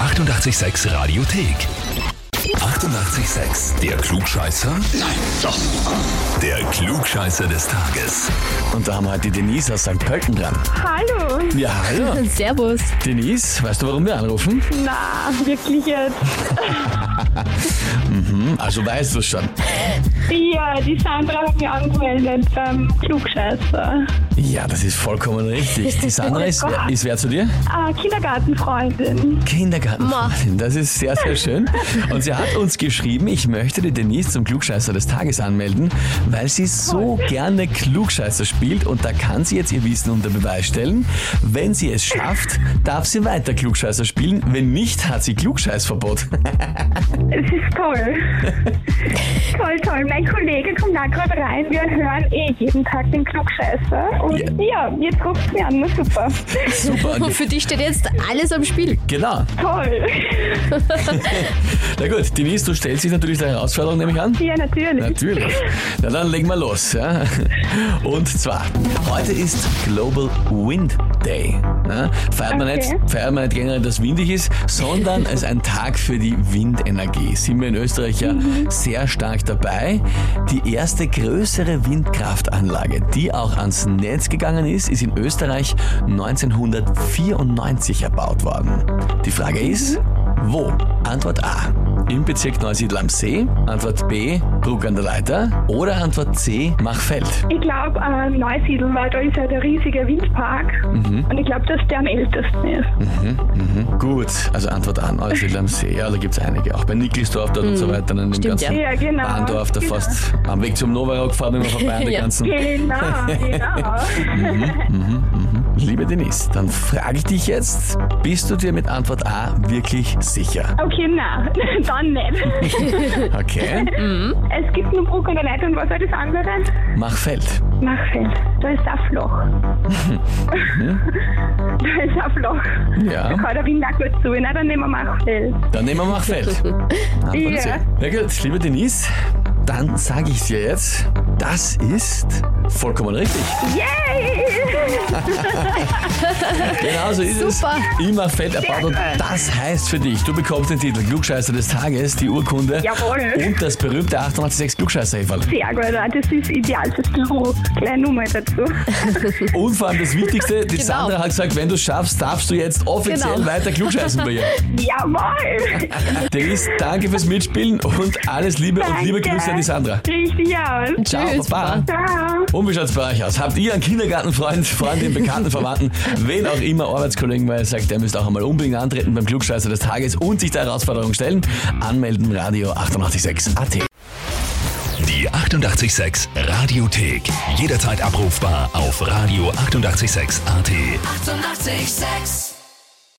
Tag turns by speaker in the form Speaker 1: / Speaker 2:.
Speaker 1: 886 Radiothek. 88,6. Der Klugscheißer? Nein, doch. Der Klugscheißer des Tages.
Speaker 2: Und da haben wir halt die Denise aus St. Pölten dran.
Speaker 3: Hallo.
Speaker 2: Ja, hallo.
Speaker 4: Servus.
Speaker 2: Denise, weißt du, warum wir anrufen?
Speaker 3: Na, wirklich jetzt.
Speaker 2: Hm, also weißt du schon.
Speaker 3: Ja, die Sandra hat mir angemeldet beim Klugscheißer.
Speaker 2: Ja, das ist vollkommen richtig. Die Sandra ist, wer- ist wer zu dir?
Speaker 3: Ah, Kindergartenfreundin.
Speaker 2: Kindergartenfreundin. Das ist sehr, sehr schön. Und sie hat uns geschrieben, ich möchte die Denise zum Klugscheißer des Tages anmelden, weil sie so gerne Klugscheißer spielt und da kann sie jetzt ihr Wissen unter Beweis stellen. Wenn sie es schafft, darf sie weiter Klugscheißer spielen. Wenn nicht, hat sie Klugscheißverbot.
Speaker 3: Es ist toll. toll, toll. Mein Kollege kommt da gerade rein. Wir hören eh jeden Tag den Klugscheißer. Und
Speaker 2: Ja.
Speaker 3: ja, jetzt ruft sie an. Na super.
Speaker 2: Super.
Speaker 4: Und für dich steht jetzt alles am Spiel.
Speaker 2: Genau.
Speaker 3: Toll.
Speaker 2: Na gut, Denise, du stellst dich natürlich der Herausforderung, nehme ich an.
Speaker 3: Ja, natürlich.
Speaker 2: Natürlich. Na dann legen wir los. Ja. Und zwar, heute ist Global Wind Day. Ja, feiert, man
Speaker 3: Okay.
Speaker 2: nicht, feiert man nicht generell, dass windig ist, sondern es ist ein Tag für die Windenergie. Sind wir in Österreich ja sehr stark dabei. Die erste größere Windkraftanlage, die auch ans Netz gegangen ist, ist in Österreich 1994 erbaut worden. Die Frage ist, wo? Antwort A. Im Bezirk Neusiedl am See. Antwort B. Bruck an der Leiter. Oder Antwort C. Machfeld.
Speaker 3: Ich glaube, äh, Neusiedl, weil da ist ja der riesige Windpark. Und ich glaube, dass der am ältesten ist.
Speaker 2: Gut, also Antwort A. Neusiedl am See. Ja, da gibt es einige. Auch bei Nickelsdorf dort und so weiter. An dem
Speaker 4: Stimmt,
Speaker 2: ganzen
Speaker 3: Hm. ja. Ja, genau,
Speaker 2: Bahndorf, da
Speaker 3: genau.
Speaker 2: fast am Weg zum Novarock fahren wir immer vorbei an den
Speaker 4: Ja.
Speaker 2: ganzen.
Speaker 3: Genau, genau.
Speaker 2: Liebe Denise, dann frage ich dich jetzt, bist du dir mit Antwort A wirklich sicher?
Speaker 3: Okay, na, dann nicht.
Speaker 2: Okay.
Speaker 3: Es gibt nur Bruck an der Leiter und was war das andere?
Speaker 2: Machfeld.
Speaker 3: Machfeld. Da ist ein Floch. da ist ein Floch. Da
Speaker 2: Ja,
Speaker 3: kann der Wind auch gut zu. Na, dann nehmen wir Machfeld.
Speaker 2: dann nehmen wir Machfeld. Antwort C.
Speaker 3: Ja.
Speaker 2: Na gut, liebe Denise, dann sage ich dir jetzt, das ist vollkommen richtig.
Speaker 3: Yay!
Speaker 2: Genau so ist
Speaker 4: Super.
Speaker 2: es. Immer fett erbaut und das heißt für dich, du bekommst den Titel Glückscheißer des Tages, die Urkunde
Speaker 3: Jawohl.
Speaker 2: und das berühmte 886 glückscheißer -Häferl.
Speaker 3: Sehr gut, ja, das ist ideal fürs Büro. Kleine Nummer dazu.
Speaker 2: Und vor allem das Wichtigste, die
Speaker 4: Genau.
Speaker 2: Sandra hat gesagt, wenn du schaffst, darfst du jetzt offiziell
Speaker 4: Genau.
Speaker 2: weiter Glückscheißen bei ihr.
Speaker 3: Jawohl!
Speaker 2: Denise, danke fürs Mitspielen und alles Liebe und liebe
Speaker 3: Danke.
Speaker 2: Grüße an die Sandra.
Speaker 3: Richtig aus.
Speaker 2: Ciao,
Speaker 4: Tschüss,
Speaker 2: Baba.
Speaker 3: Ciao.
Speaker 2: Und wie schaut's bei euch aus? Habt ihr einen Kindergartenfreund, Freundin, Bekannten, Verwandten, wen auch immer, Arbeitskollegen, weil ihr sagt, der müsst auch einmal unbedingt antreten beim Klugscheißer des Tages und sich der Herausforderung stellen? Anmelden, Radio 886 AT.
Speaker 1: Die 88,6 Radiothek. Jederzeit abrufbar auf radio886.at. 88,6.
Speaker 5: Eighty-eight, sex.